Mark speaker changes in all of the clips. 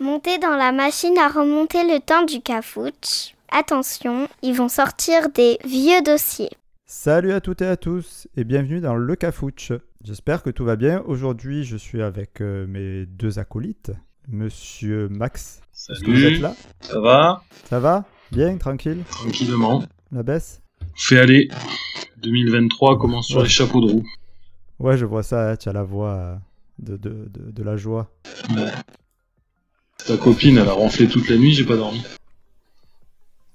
Speaker 1: Montez dans la machine à remonter le temps du cafouche. Attention, ils vont sortir des vieux dossiers.
Speaker 2: Salut à toutes et à tous et bienvenue dans Le Cafouche. J'espère que tout va bien. Aujourd'hui, je suis avec euh, mes deux acolytes, Monsieur Max. Est-ce que vous êtes là
Speaker 3: ça va
Speaker 2: Ça va Bien, tranquille
Speaker 3: Tranquillement.
Speaker 2: La baisse
Speaker 3: Fait aller. 2023 commence sur
Speaker 2: Ouais.
Speaker 3: les chapeaux de roue.
Speaker 2: Ouais, je vois ça, hein, tu as la voix euh, de, de- de- de la joie.
Speaker 3: Ta copine, elle a ronflé toute la nuit, j'ai pas dormi.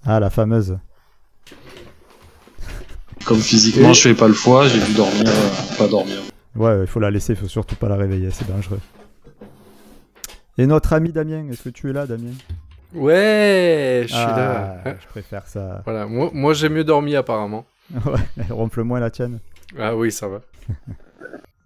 Speaker 2: Ah, la fameuse.
Speaker 3: Comme physiquement,
Speaker 2: Et-
Speaker 3: je fais pas le foie, j'ai dû dormir, euh, pas dormir.
Speaker 2: Ouais, il faut la laisser, il faut surtout pas la réveiller, c'est dangereux. Et notre ami Damien, est-ce que tu es là, Damien
Speaker 4: Ouais, je suis
Speaker 2: Ah,
Speaker 4: là.
Speaker 2: Je préfère ça.
Speaker 4: Voilà, moi, moi, j'ai mieux dormi apparemment.
Speaker 2: Ouais, ronfle moins la tienne.
Speaker 4: Ah oui, ça va.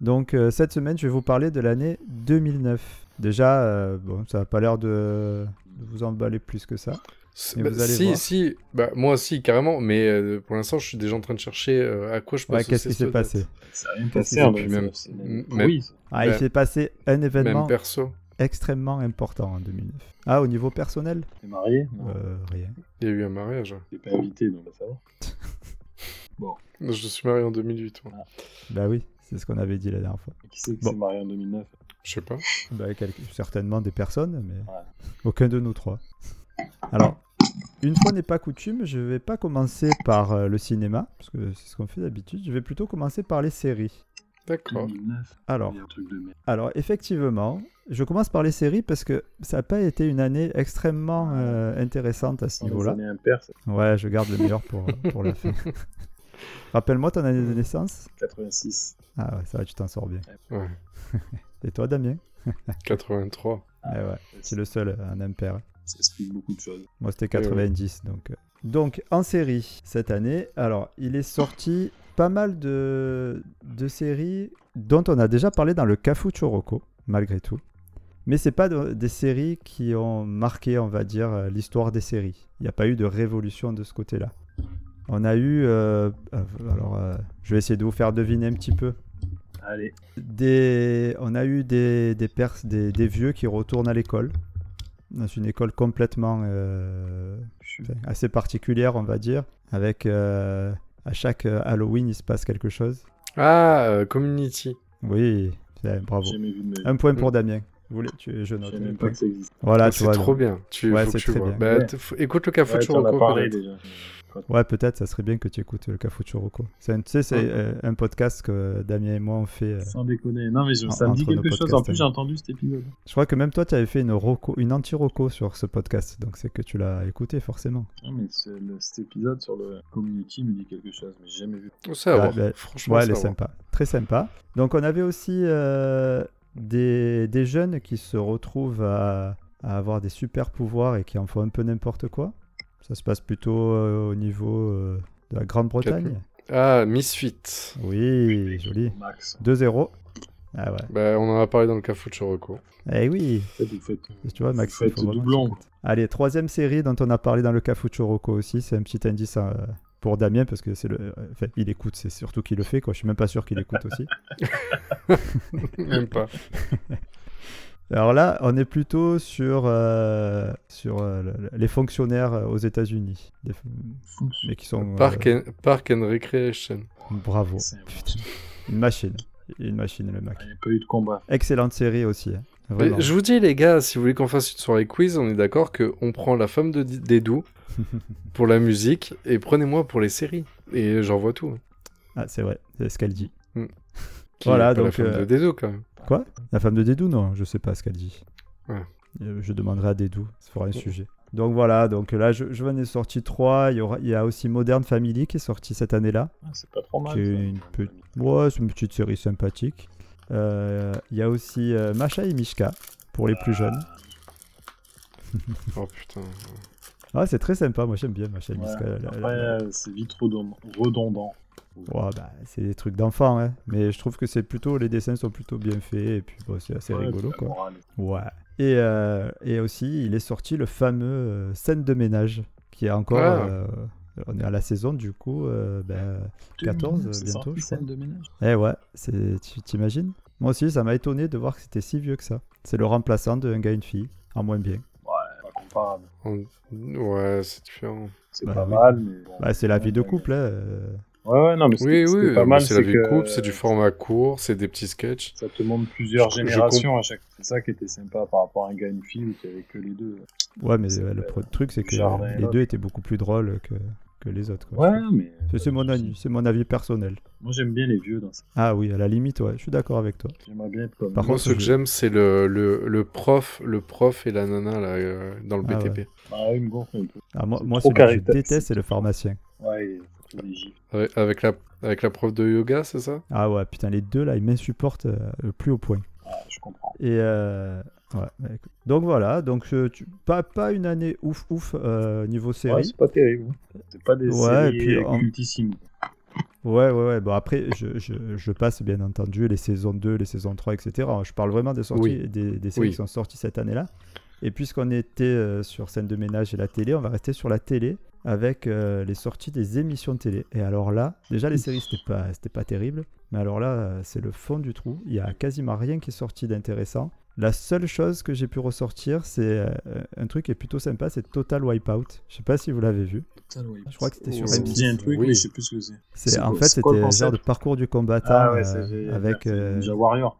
Speaker 2: Donc euh, cette semaine, je vais vous parler de l'année 2009. Déjà, euh, bon, ça n'a pas l'air de... de vous emballer plus que ça.
Speaker 4: S-
Speaker 2: Et
Speaker 4: bah,
Speaker 2: euh, vous allez
Speaker 4: si,
Speaker 2: voir.
Speaker 4: si, bah, moi aussi carrément, mais euh, pour l'instant je suis déjà en train de chercher euh, à quoi je peux
Speaker 2: Ouais,
Speaker 4: associer
Speaker 2: qu'est-ce qui
Speaker 4: cette
Speaker 2: s'est passé
Speaker 4: date.
Speaker 3: Ça a rien
Speaker 2: passé,
Speaker 4: hein, mais c'est- même-
Speaker 3: Oui.
Speaker 2: Ah, il
Speaker 4: Ouais.
Speaker 2: s'est passé un événement
Speaker 4: Même perso,
Speaker 2: extrêmement important en 2009. Ah, au niveau personnel
Speaker 3: T'es marié Non,
Speaker 2: Euh, Rien.
Speaker 4: il y a eu un mariage.
Speaker 3: t'es pas invité, donc ça va.
Speaker 4: Je suis marié en 2008, ouais.
Speaker 2: Bah oui, c'est ce qu'on avait dit la dernière fois.
Speaker 3: Qui c'est qui
Speaker 2: Bon.
Speaker 3: s'est marié en 2009
Speaker 4: je sais pas.
Speaker 2: Bah, quelques- certainement des personnes, mais
Speaker 3: Ouais.
Speaker 2: aucun de nous trois. Alors, une fois n'est pas coutume, je vais pas commencer par euh, le cinéma, parce que c'est ce qu'on fait d'habitude. Je vais plutôt commencer par les séries.
Speaker 4: D'accord.
Speaker 3: 2009,
Speaker 2: Alors,
Speaker 3: il y a un truc de merde.
Speaker 2: Alors, effectivement, je commence par les séries parce que ça n'a pas été une année extrêmement euh, intéressante à ce
Speaker 3: On
Speaker 2: niveau-là.
Speaker 3: est un père, c'est
Speaker 2: Ouais, je garde le meilleur pour, euh, pour la fin. Rappelle-moi ton année de naissance.
Speaker 3: 86.
Speaker 2: Ah ouais, ça va, tu t'en sors bien.
Speaker 4: Ouais.
Speaker 2: Et toi, Damien
Speaker 4: 83.
Speaker 2: Eh ouais, c'est le seul euh, en impair.
Speaker 3: Ça explique beaucoup de choses.
Speaker 2: Moi, c'était
Speaker 4: Eh ouais.
Speaker 2: 90, donc... euh. Donc, en série, cette année, alors, il est sorti pas mal de, de séries dont on a déjà parlé dans le Cafu Choroko, malgré tout. Mais c'est pas de- des séries qui ont marqué, on va dire, euh, l'histoire des séries. Il n'y a pas eu de révolution de ce côté-là. On a eu... euh, euh, alors, euh, je vais essayer de vous faire deviner un petit peu.
Speaker 3: Allez,
Speaker 2: Des- on a eu des, des, pers- des, des vieux qui retournent à l'école, dans une école complètement euh,
Speaker 3: je suis
Speaker 2: enfin, assez particulière, on va dire, avec euh, à chaque euh, Halloween il se passe quelque chose.
Speaker 4: Ah, euh, Community.
Speaker 2: Oui, putain, bravo.
Speaker 3: jamais vu de ma vie.
Speaker 2: Un point pour Damien. Vous voulez, tu, je
Speaker 3: Je
Speaker 2: note.
Speaker 3: savais
Speaker 2: un
Speaker 3: même
Speaker 2: point.
Speaker 3: pas que ça existe.
Speaker 2: Voilà,
Speaker 4: Ah,
Speaker 2: tu
Speaker 4: c'est
Speaker 2: vois.
Speaker 4: trop
Speaker 2: donc-
Speaker 4: bien. Tu,
Speaker 2: Ouais,
Speaker 4: faut
Speaker 2: c'est
Speaker 4: que tu
Speaker 2: très
Speaker 4: vois.
Speaker 2: bien.
Speaker 4: Bah,
Speaker 3: Ouais.
Speaker 4: t- f- écoute le café
Speaker 3: Ouais,
Speaker 4: de
Speaker 3: t'en as
Speaker 4: Choroko,
Speaker 3: parlé
Speaker 4: peut-être.
Speaker 3: déjà.
Speaker 2: Ouais, peut-être, ça serait bien que tu écoutes le Cafu Choroko. C'est un, tu sais, c'est,
Speaker 4: Ouais.
Speaker 2: euh, un podcast que Damien et moi on fait. euh,
Speaker 3: Sans déconner. Non, mais je-
Speaker 2: En-
Speaker 3: ça me dit
Speaker 2: entre nos
Speaker 3: quelque chose. En
Speaker 2: podcasts, hein.
Speaker 3: plus, j'ai entendu cet épisode.
Speaker 2: Je crois que même toi, tu avais fait une, roco- une anti-roco sur ce podcast, donc c'est que tu l'as écouté forcément.
Speaker 3: Non, mais ce- le- cet épisode sur le community me dit quelque chose, mais j'ai jamais vu.
Speaker 4: Oh, ça va.
Speaker 2: Ah, bah,
Speaker 4: Franchement,
Speaker 2: Ouais,
Speaker 4: ça
Speaker 2: elle est
Speaker 4: va.
Speaker 2: sympa. Très sympa. Donc, on avait aussi euh, des, des jeunes qui se retrouvent à, à avoir des super pouvoirs et qui en font un peu n'importe quoi. Ça se passe plutôt euh, au niveau euh, de la Grande-Bretagne.
Speaker 4: Ah, Misfit.
Speaker 2: Oui, joli.
Speaker 3: Max.
Speaker 2: 2-0. Ah ouais.
Speaker 4: Bah, on en a parlé dans le café de Choroko.
Speaker 2: Eh oui.
Speaker 3: En fait, vous faites.
Speaker 2: Tu vois, Max,
Speaker 3: Vous faites doublon.
Speaker 2: Allez, troisième série dont on a parlé dans le Cafucho Rocco aussi. C'est un petit indice euh, pour Damien parce que c'est le. Enfin, il écoute, c'est surtout qu'il le fait, quoi. Je suis même pas sûr qu'il écoute aussi.
Speaker 4: Même pas.
Speaker 2: Alors là, on est plutôt sur, euh, sur euh, le- les fonctionnaires euh, aux États-Unis. Des f-
Speaker 3: Fonction.
Speaker 2: Mais qui sont. euh,
Speaker 4: Park, and, Park and Recreation.
Speaker 2: Bravo.
Speaker 3: C'est bon.
Speaker 2: Putain. Une machine. Une machine, le Mac.
Speaker 3: Il n'y a pas eu de combat.
Speaker 2: Excellente série aussi. hein.
Speaker 4: Mais
Speaker 2: Vraiment.
Speaker 4: je vous dis, les gars, si vous voulez qu'on fasse une soirée quiz, on est d'accord qu'on prend la femme de Dédou pour la musique et prenez-moi pour les séries. Et j'envoie tout. hein.
Speaker 2: Ah, c'est vrai, c'est ce qu'elle dit.
Speaker 4: Qui
Speaker 2: Voilà,
Speaker 4: est pas la
Speaker 2: donc,
Speaker 4: femme
Speaker 2: euh,
Speaker 4: de Dédou quand même.
Speaker 2: La femme de Dédou, non, je sais pas ce qu'elle dit.
Speaker 4: Ouais.
Speaker 2: Euh, Je demanderai à Dédou, ça fera un sujet. Donc voilà, donc là, je, je en ai sorti 3. Il y, aura, il y a aussi Modern Family qui est sorti cette année-là.
Speaker 3: Ah, c'est pas trop mal.
Speaker 2: qui est
Speaker 3: ça.
Speaker 2: une petite, ouais, c'est une petite série sympathique. Euh, Il y a aussi euh, Macha et Mishka pour les plus jeunes.
Speaker 4: Oh putain.
Speaker 2: Ah, c'est très sympa, moi j'aime bien Macha et
Speaker 3: Ouais.
Speaker 2: Mishka. la- la-
Speaker 3: Après,
Speaker 2: la-
Speaker 3: euh, c'est vite redon- redondant.
Speaker 2: Ouais, bah, c'est des trucs d'enfants, hein. mais je trouve que c'est plutôt les dessins sont plutôt bien faits et puis bon, c'est assez
Speaker 3: Ouais,
Speaker 2: rigolo
Speaker 3: puis la
Speaker 2: quoi.
Speaker 3: morale.
Speaker 2: Ouais. Et, euh, et aussi, il est sorti le fameux euh, scène de ménage qui est encore.
Speaker 4: Ah.
Speaker 2: euh, on est à la saison du coup. euh, ben, 14,
Speaker 3: C'est
Speaker 2: bientôt,
Speaker 3: sorti,
Speaker 2: je crois.
Speaker 3: scène de ménage.
Speaker 2: Eh ouais, c'est- tu t'imagines Moi aussi, ça m'a étonné de voir que c'était si vieux que ça. C'est le remplaçant d'un gars et une fille. en moins bien.
Speaker 3: pas comparable.
Speaker 4: On- Ouais, c'est différent.
Speaker 3: C'est
Speaker 2: Bah
Speaker 3: pas
Speaker 2: oui.
Speaker 3: mal, mais bon.
Speaker 2: Bah, c'est la vie de couple. hein, euh.
Speaker 3: Ouais, ouais, non, mais c'est
Speaker 4: Oui, oui,
Speaker 3: pas
Speaker 4: mais
Speaker 3: mal.
Speaker 4: c'est la vie de
Speaker 3: que
Speaker 4: couple, c'est du format court, c'est des petits sketchs.
Speaker 3: Ça te demande plusieurs
Speaker 4: Je- je
Speaker 3: générations à chaque. C'est ça qui était sympa par rapport à un gars et une fille où il y avait que les deux.
Speaker 2: Ouais, mais
Speaker 3: C'est
Speaker 2: ouais, le
Speaker 3: vrai.
Speaker 2: pro- truc, c'est que
Speaker 3: Jardin et
Speaker 2: les
Speaker 3: l'autre.
Speaker 2: deux étaient beaucoup plus drôles que, que les autres. quoi.
Speaker 3: Ouais, mais.
Speaker 4: euh,
Speaker 2: C'est- C'est mon, avis- c'est mon avis personnel.
Speaker 3: Moi, j'aime bien les vieux dans ça.
Speaker 2: Ah oui, à la limite, ouais, je suis d'accord avec toi.
Speaker 3: J'aimerais bien être comme.
Speaker 2: Par
Speaker 3: eux.
Speaker 4: Moi,
Speaker 2: contre,
Speaker 4: ce que
Speaker 2: je-
Speaker 4: j'aime, c'est le, le, le prof, le prof et la nana là, euh, dans le
Speaker 2: Ah ouais.
Speaker 4: BTP.
Speaker 3: Ah, ils me gonflent un peu.
Speaker 2: Ah, moi,
Speaker 3: C'est
Speaker 2: moi
Speaker 3: trop
Speaker 2: celui que je
Speaker 3: caractéristique.
Speaker 2: déteste, c'est le pharmacien.
Speaker 3: Ouais, il faut des gifs.
Speaker 4: Avec, avec la, avec la prof de yoga, c'est ça
Speaker 2: Ah ouais, putain, les deux là, ils m'insupportent euh, le plus au point.
Speaker 3: Ah, je comprends.
Speaker 2: Et euh, ouais, bah, écoute. donc voilà, donc euh, tu- pas, pas une année ouf ouf euh, niveau
Speaker 3: Ouais,
Speaker 2: série.
Speaker 3: c'est pas terrible. hein. C'est pas des
Speaker 2: Ouais,
Speaker 3: séries
Speaker 2: et puis en-
Speaker 3: cultissimes.
Speaker 2: Ouais, ouais, ouais. Bon, après, je, je- je passe bien entendu les saisons 2, les saisons 3, etc. Je parle vraiment des sorties,
Speaker 4: Oui.
Speaker 2: des, des séries
Speaker 4: Oui.
Speaker 2: qui sont sorties cette année-là. Et puisqu'on était euh, sur scène de ménage et la télé, on va rester sur la télé avec euh, les sorties des émissions de télé. Et alors là, déjà les séries, c'était pas, c'était pas terrible. Mais alors là, euh, c'est le fond du trou. Il y a quasiment rien qui est sorti d'intéressant. La seule chose que j'ai pu ressortir, c'est euh, un truc qui est plutôt sympa, c'est Total Wipeout. Je sais pas si vous l'avez vu. Je crois que c'était sur
Speaker 4: Ça
Speaker 3: Ça
Speaker 4: me
Speaker 3: me
Speaker 2: M6.
Speaker 3: dit Oh, un truc,
Speaker 4: Oui.
Speaker 3: mais je sais plus ce que c'est.
Speaker 2: C'est
Speaker 3: C'est
Speaker 2: en
Speaker 3: quoi-
Speaker 2: fait
Speaker 3: c'est quoi
Speaker 2: c'était
Speaker 3: le
Speaker 2: un genre de
Speaker 3: concept
Speaker 2: parcours du combattant
Speaker 3: Ah ouais,
Speaker 2: euh,
Speaker 3: c'est j'ai-
Speaker 2: avec
Speaker 3: c'est
Speaker 2: euh,
Speaker 3: Ninja Warrior.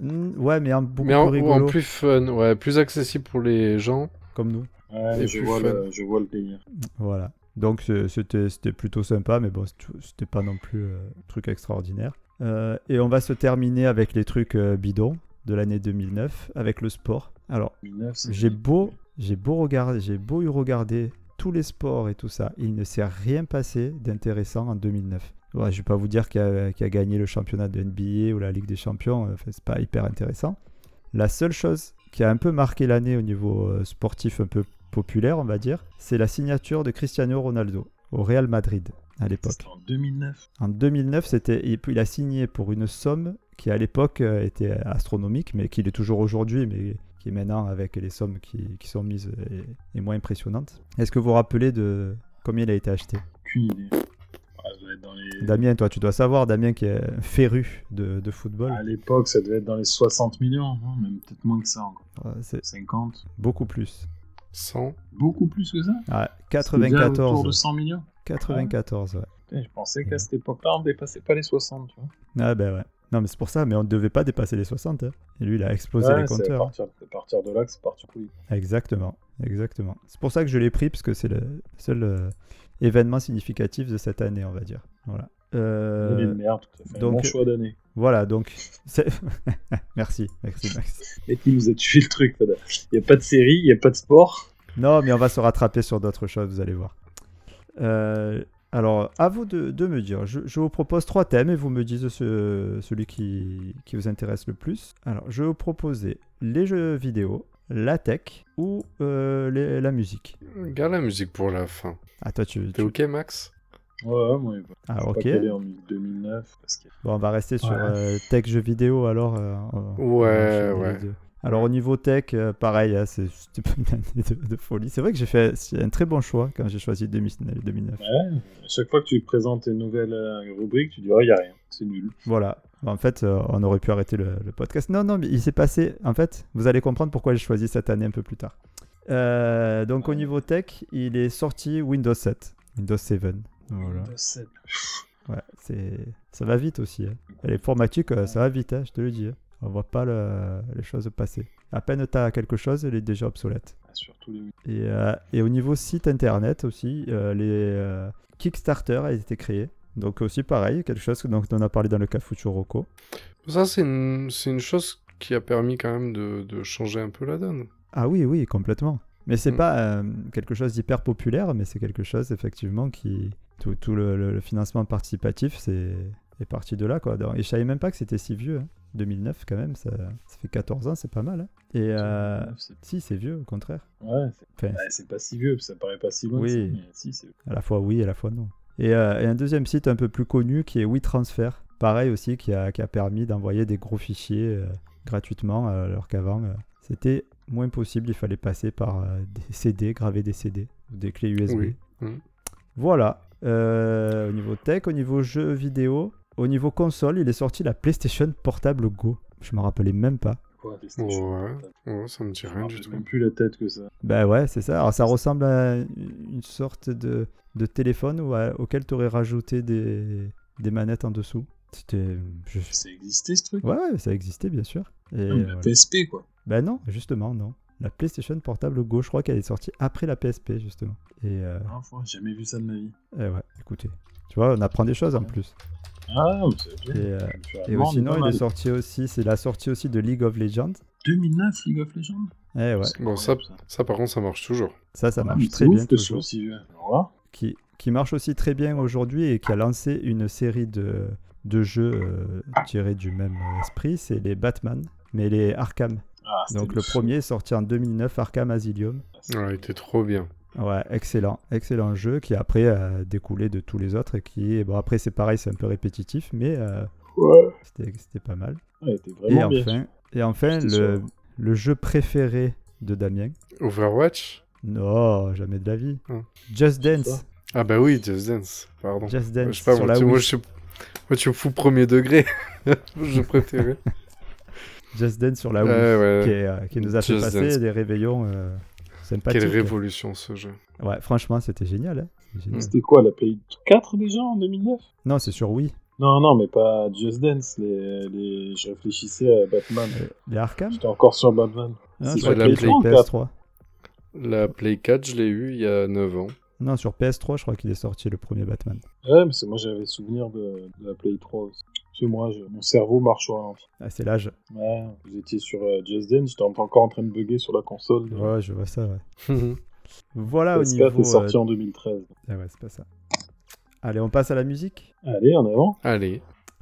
Speaker 2: mm, ouais mais un beaucoup
Speaker 4: Mais en,
Speaker 2: plus rigolo
Speaker 4: en plus fun, ouais, plus accessible pour les gens.
Speaker 2: comme nous.
Speaker 3: Ouais,
Speaker 4: Et
Speaker 3: je
Speaker 4: plus
Speaker 3: vois,
Speaker 4: fun.
Speaker 3: le, je vois le délire.
Speaker 2: Voilà. Donc c'est- c'était c'était plutôt sympa mais bon c'est- c'était pas non plus euh, un truc extraordinaire. Euh, et on va se terminer avec les trucs euh, bidons de l'année 2009 avec le sport. Alors
Speaker 3: 2009, c'est-
Speaker 2: j'ai beau j'ai beau regarder j'ai beau y regarder tous les sports et tout ça, il ne s'est rien passé d'intéressant en 2009. Ouais, je vais pas vous dire qu'il a, qu'il a gagné le championnat de NBA ou la Ligue des Champions, euh, enfin, c'est pas hyper intéressant. La seule chose qui a un peu marqué l'année au niveau euh, sportif un peu populaire, on va dire, c'est la signature de Cristiano Ronaldo au Real Madrid à l'époque.
Speaker 3: C'était en 2009.
Speaker 2: En 2009, c'était il il a signé pour une somme qui à l'époque euh, était astronomique, mais qui l'est toujours aujourd'hui, mais qui est maintenant avec les sommes qui, qui sont mises euh, est, est moins impressionnante. Est-ce que vous vous rappelez de combien il a été acheté
Speaker 3: Aucune idée. Ouais, ça doit être dans les-
Speaker 2: Damien, toi, tu dois savoir, Damien qui est un féru de, de football,
Speaker 3: À l'époque, ça devait être dans les 60 millions, hein, même peut-être moins que ça encore.
Speaker 2: euh, c'est
Speaker 3: 50.
Speaker 2: beaucoup plus.
Speaker 4: 100.
Speaker 3: Beaucoup plus que ça
Speaker 2: Ah,
Speaker 3: C'était déjà Autour de
Speaker 2: 94.
Speaker 3: 100 millions
Speaker 2: 94, ouais.
Speaker 3: Putain, Je pensais qu'à cette époque-là, on dépassait pas les 60. Tu vois.
Speaker 2: Ah ben ouais. Non mais c'est pour ça, mais on ne devait pas dépasser les 60. hein. Et lui, il a explosé
Speaker 3: Ouais,
Speaker 2: les
Speaker 3: c'est à
Speaker 2: compteurs.
Speaker 3: partir, à partir de là que c'est parti pour lui.
Speaker 2: Exactement, exactement. C'est pour ça que je l'ai pris, parce que c'est le seul euh, événement significatif de cette année, on va dire. Voilà. Euh,
Speaker 3: Il est de merde. ça fait un
Speaker 2: donc- euh,
Speaker 3: bon choix d'année.
Speaker 2: voilà, donc... c'est- merci, merci Max.
Speaker 3: Et tu nous as tué le truc. Il n'y a pas de série, il n'y a pas de sport.
Speaker 2: Non, mais on va se rattraper sur d'autres choses, vous allez voir. Euh, alors, à vous de, de me dire. Je, je vous propose trois thèmes et vous me dites ce- celui qui, qui vous intéresse le plus. Alors, je vais vous proposer les jeux vidéo, la tech ou euh, les- la musique.
Speaker 4: Garde la musique pour la fin.
Speaker 2: Ah, toi, tu... tu...
Speaker 4: T'es ok, Max
Speaker 3: Ouais, ouais, moi,
Speaker 2: Ah,
Speaker 3: je
Speaker 2: ok.
Speaker 3: sais pas quelle est en 2009. Parce que...
Speaker 2: Bon, on va rester sur
Speaker 3: Ouais.
Speaker 2: euh, tech jeux vidéo alors. euh, on- on
Speaker 4: Ouais,
Speaker 2: enchaîne les
Speaker 4: ouais.
Speaker 2: deux. Alors au niveau tech, euh, pareil, hein, c'est- c'était pas une année de, de folie. C'est vrai que j'ai fait c'est un très bon choix quand j'ai choisi 2000 2009.
Speaker 3: Ouais, à chaque fois que tu présentes une nouvelle euh, rubrique, tu dis oh, il n'y a rien, c'est nul.
Speaker 2: Voilà. En fait, euh, on aurait pu arrêter le, le podcast. Non, non, mais il s'est passé. En fait, vous allez comprendre pourquoi j'ai choisi cette année un peu plus tard. Euh, donc au niveau tech, il est sorti Windows 7, Windows 7. Voilà.
Speaker 3: Windows 7.
Speaker 2: Ouais, c'est ça va vite aussi. hein. L'informatique, euh, ça va vite, hein, je te le dis. hein. On voit pas le- les choses passer. À peine t'as quelque chose, elle est déjà obsolète.
Speaker 3: Ah, Surtout les
Speaker 2: Et, euh, et au niveau site internet aussi, euh, les euh, Kickstarter a été créé. Donc aussi pareil, quelque chose que- dont on a parlé dans le cas Futuroko.
Speaker 4: Ça, c'est une, c'est une chose qui a permis quand même de, de changer un peu la donne.
Speaker 2: Ah oui, oui, complètement. Mais c'est
Speaker 4: Mm.
Speaker 2: pas euh, quelque chose d'hyper populaire, mais c'est quelque chose effectivement qui tout, tout le, le- le financement participatif, c'est est parti de là quoi. Donc, Et je savais même pas que c'était si vieux. hein. 2009 quand même, ça, ça fait 14 ans, c'est pas mal. hein. Et euh,
Speaker 3: c'est...
Speaker 2: si, c'est vieux au contraire.
Speaker 3: Ouais, c'est...
Speaker 2: Enfin,
Speaker 3: ouais, c'est pas si vieux, ça paraît pas si loin.
Speaker 2: Oui.
Speaker 3: ça, mais si, c'est...
Speaker 2: à la fois oui, à la fois non. Et, euh, et un deuxième site un peu plus connu qui est WeTransfer. Pareil aussi, qui a, qui a permis d'envoyer des gros fichiers euh, gratuitement, euh, alors qu'avant, euh, c'était moins possible. Il fallait passer par euh, des CD, graver des CD ou des clés USB.
Speaker 4: Oui. Mhm.
Speaker 2: Voilà. Euh, au niveau tech, au niveau jeux vidéo, au niveau console, il est sorti la PlayStation Portable Go. Je m'en rappelais même pas.
Speaker 3: quoi PlayStation
Speaker 4: Ouais, ouais, ça me dit rien du
Speaker 3: J'ai
Speaker 4: tout.
Speaker 3: même plus la tête que ça.
Speaker 2: Bah ouais, c'est ça. Alors ça ressemble à une sorte de, de téléphone où- à- auquel tu aurais rajouté des, des manettes en dessous. C'était. je-
Speaker 3: Ça existait ce truc
Speaker 2: Ouais, ouais, ça existait bien sûr. Et euh,
Speaker 3: Non, Ah, mais
Speaker 2: voilà.
Speaker 3: La PSP quoi.
Speaker 2: Bah non, justement, non. La PlayStation portable gauche, je crois qu'elle est sortie après la PSP, justement. Et, euh,
Speaker 3: Ah, faut- J'ai jamais vu ça de ma vie.
Speaker 2: eh ouais, écoutez. Tu vois, on apprend des choses en plus.
Speaker 3: Ah, mais c'est bien.
Speaker 2: Et, euh,
Speaker 3: Culture
Speaker 2: et
Speaker 3: allemande,
Speaker 2: sinon,
Speaker 3: pas
Speaker 2: il
Speaker 3: mal.
Speaker 2: est sorti aussi, c'est la sortie aussi de League of Legends.
Speaker 3: 2009 League of Legends
Speaker 2: Eh ouais,
Speaker 3: C'est
Speaker 4: Bon,
Speaker 3: incroyable,
Speaker 4: Ça, par contre, ça marche toujours.
Speaker 2: ça, ça
Speaker 3: Ah,
Speaker 2: marche
Speaker 3: mais
Speaker 2: très
Speaker 3: c'est
Speaker 2: bien.
Speaker 3: ouf que ce soit
Speaker 2: toujours.
Speaker 3: aussi vieux. Alors là,
Speaker 2: qui, qui marche aussi très bien aujourd'hui et qui a lancé une série de, de jeux euh, tirés du même euh, esprit, c'est les Batman, mais les Arkham.
Speaker 3: ah, c'était
Speaker 2: Donc le
Speaker 3: fou.
Speaker 2: premier est sorti en 2009, Arkham Asylum.
Speaker 4: Ouais, il était trop bien.
Speaker 2: Ouais, excellent, excellent jeu qui après a découlé de tous les autres et qui est... Bon après c'est pareil, c'est un peu répétitif, mais euh,
Speaker 3: Ouais,
Speaker 2: c'était c'était pas mal.
Speaker 3: ouais, était
Speaker 2: Et
Speaker 3: vraiment bien.
Speaker 2: enfin, et enfin
Speaker 3: J'étais
Speaker 2: le,
Speaker 3: sûr.
Speaker 2: le jeu préféré de Damien.
Speaker 4: Overwatch
Speaker 2: Non, jamais de la vie.
Speaker 4: Hein.
Speaker 2: Just
Speaker 3: Ça.
Speaker 2: Dance.
Speaker 4: Ah bah oui, Just Dance, pardon.
Speaker 2: Just Dance.
Speaker 4: Je sais pas,
Speaker 2: sur
Speaker 4: moi,
Speaker 2: la
Speaker 4: tu, moi,
Speaker 2: Wii.
Speaker 4: je, suis- moi, tu me fous premier degré. je préférais.
Speaker 2: Just Dance sur la Wii.
Speaker 4: Ouais,
Speaker 2: qui,
Speaker 4: ouais.
Speaker 2: est, euh, qui nous a fait
Speaker 4: Just
Speaker 2: passer
Speaker 4: Dance.
Speaker 2: des réveillons euh, sympathiques.
Speaker 4: Quelle révolution ce jeu.
Speaker 2: Ouais, franchement, c'était génial. hein. C'était génial.
Speaker 3: C'était quoi la Play 4 déjà en 2009
Speaker 2: Non, c'est sur Wii.
Speaker 3: Non, non, mais pas Just Dance. Les, les... Je réfléchissais à Batman.
Speaker 2: Euh, les Arkham
Speaker 3: J'étais encore sur Batman.
Speaker 2: Non,
Speaker 3: c'est
Speaker 2: sur
Speaker 4: sur la
Speaker 2: Play-
Speaker 4: Play
Speaker 2: PS3.
Speaker 4: La Play 4, je l'ai eu il y a 9 ans.
Speaker 2: Non, sur PS3, je crois qu'il est sorti le premier Batman.
Speaker 3: Ouais, mais c'est moi j'avais souvenir de, de la Play 3 aussi. Parce que moi, je- mon cerveau marche au ralenti.
Speaker 2: Ah, c'est l'âge.
Speaker 3: Ouais, vous étiez sur euh, Just Dance, j'étais encore en train de bugger sur la console.
Speaker 2: Ouais, je vois ça, ouais.
Speaker 4: Allez,
Speaker 2: Voilà au niveau.
Speaker 3: PS4 est sorti
Speaker 2: euh,
Speaker 3: en 2013.
Speaker 2: Ah ouais, c'est pas ça. Allez, on passe à la musique.
Speaker 3: Allez, en avant.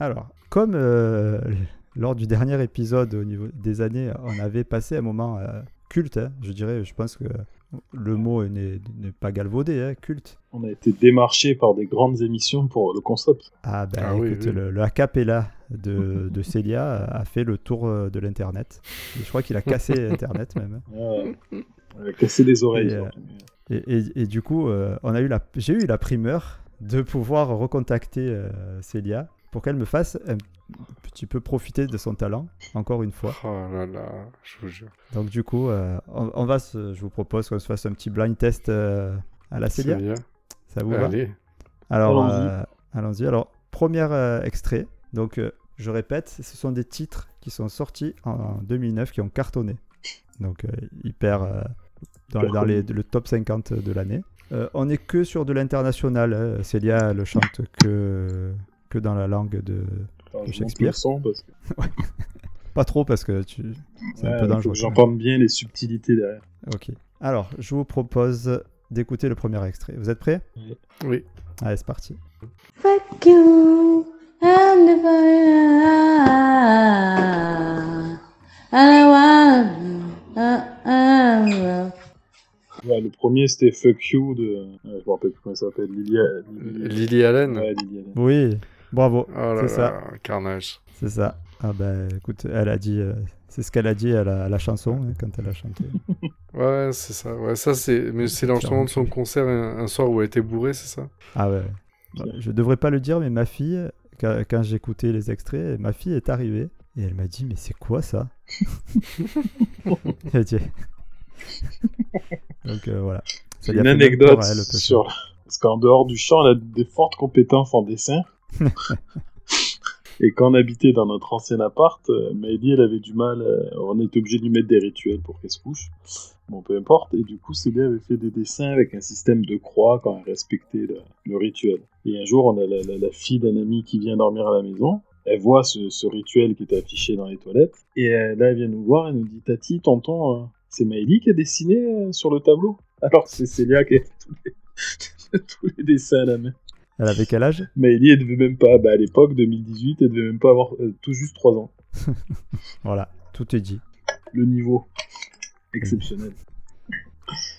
Speaker 2: Alors, comme euh, lors du dernier épisode au niveau des années, on avait passé un moment euh, culte, hein, je dirais, je pense que le mot n'est n'est pas galvaudé, hein, culte.
Speaker 3: On a été démarché par des grandes émissions pour le concept.
Speaker 2: Ah ben
Speaker 4: Ah oui,
Speaker 2: écoute,
Speaker 4: oui.
Speaker 2: le, le acapella de, de Célia a fait le tour euh, de l'internet. Et Je crois qu'il a cassé internet même.
Speaker 3: Ouais. On a cassé des oreilles.
Speaker 2: Et, euh,
Speaker 3: surtout.
Speaker 2: Et, et- et du coup, euh, on a eu la, j'ai eu la primeur de pouvoir recontacter euh, Célia pour qu'elle me fasse un petit peu profiter de son talent encore une fois.
Speaker 4: Oh là là, je vous jure.
Speaker 2: Donc du coup, euh, on, on va, se- je vous propose qu'on se fasse un petit blind test euh, à la Célia.
Speaker 4: Célia,
Speaker 2: Ça vous va
Speaker 4: Allez.
Speaker 2: Alors,
Speaker 3: Allons-y.
Speaker 2: euh, allons-y. Alors, premier euh, extrait. Donc, euh, je répète, ce sont des titres qui sont sortis en 2009 qui ont cartonné. Donc, euh, hyper euh, dans,
Speaker 3: Hyper
Speaker 2: dans les- le top 50 de l'année. Euh, on n'est que sur de l'international. hein. Célia le chante que, que dans la langue de.
Speaker 3: Attends, je monte
Speaker 2: Shakespeare.
Speaker 3: le son parce que
Speaker 2: Pas trop parce que tu. C'est un
Speaker 3: Ouais,
Speaker 2: peu
Speaker 3: faut
Speaker 2: dangereux.
Speaker 3: que J'entende bien les subtilités derrière.
Speaker 2: Ok. Alors, je vous propose d'écouter le premier extrait. Vous êtes prêts
Speaker 4: Oui.
Speaker 2: Allez, c'est parti.
Speaker 5: Fuck you and the fire. And I want, uh, uh,
Speaker 3: Ouais, le premier c'était Fuck You de. ouais, je me rappelle plus comment ça s'appelle. Lilia.
Speaker 4: Lily Allen.
Speaker 3: Ouais, Lily Allen.
Speaker 2: Oui, bravo.
Speaker 4: Oh là
Speaker 2: C'est
Speaker 4: là,
Speaker 2: ça.
Speaker 4: carnage.
Speaker 2: C'est ça. Ah ben écoute, elle a dit, euh, c'est ce qu'elle a dit à la, à la chanson hein, quand elle a chanté.
Speaker 4: Ouais, c'est ça. Ouais, ça c'est. Mais c'est l'enchaînement de son concert un, un soir où elle était bourrée, c'est ça
Speaker 2: Ah ouais. Bah, Je devrais pas le dire, mais ma fille, quand, quand j'écoutais les extraits, ma fille est arrivée et elle m'a dit, mais c'est quoi ça Elle dit- Donc euh, voilà. Ça lui a
Speaker 3: Une
Speaker 2: fait même
Speaker 3: anecdote
Speaker 2: peur à elle, le
Speaker 3: sur. Parce qu'en dehors du chant, elle a des fortes compétences en dessin. Et quand on habitait dans notre ancien appart, euh, Maëlie, elle avait du mal. euh, on était obligé de lui mettre des rituels pour qu'elle se couche. Bon, peu importe. Et du coup, Célia avait fait des dessins avec un système de croix quand elle respectait le, le rituel. Et un jour, on a la, la- la fille d'un ami qui vient dormir à la maison. Elle voit ce, ce rituel qui était affiché dans les toilettes. Et euh, là, elle vient nous voir. Elle nous dit Tati, tonton, euh, c'est Maëlie qui a dessiné euh, sur le tableau. Alors que c'est Célia qui a fait tous les, tous les dessins à la main.
Speaker 2: Elle avait quel âge
Speaker 3: Maëlie, elle devait même pas, bah, à l'époque, 2018, elle devait même pas avoir euh, tout juste 3 ans.
Speaker 2: Voilà, tout est dit.
Speaker 3: Le niveau exceptionnel.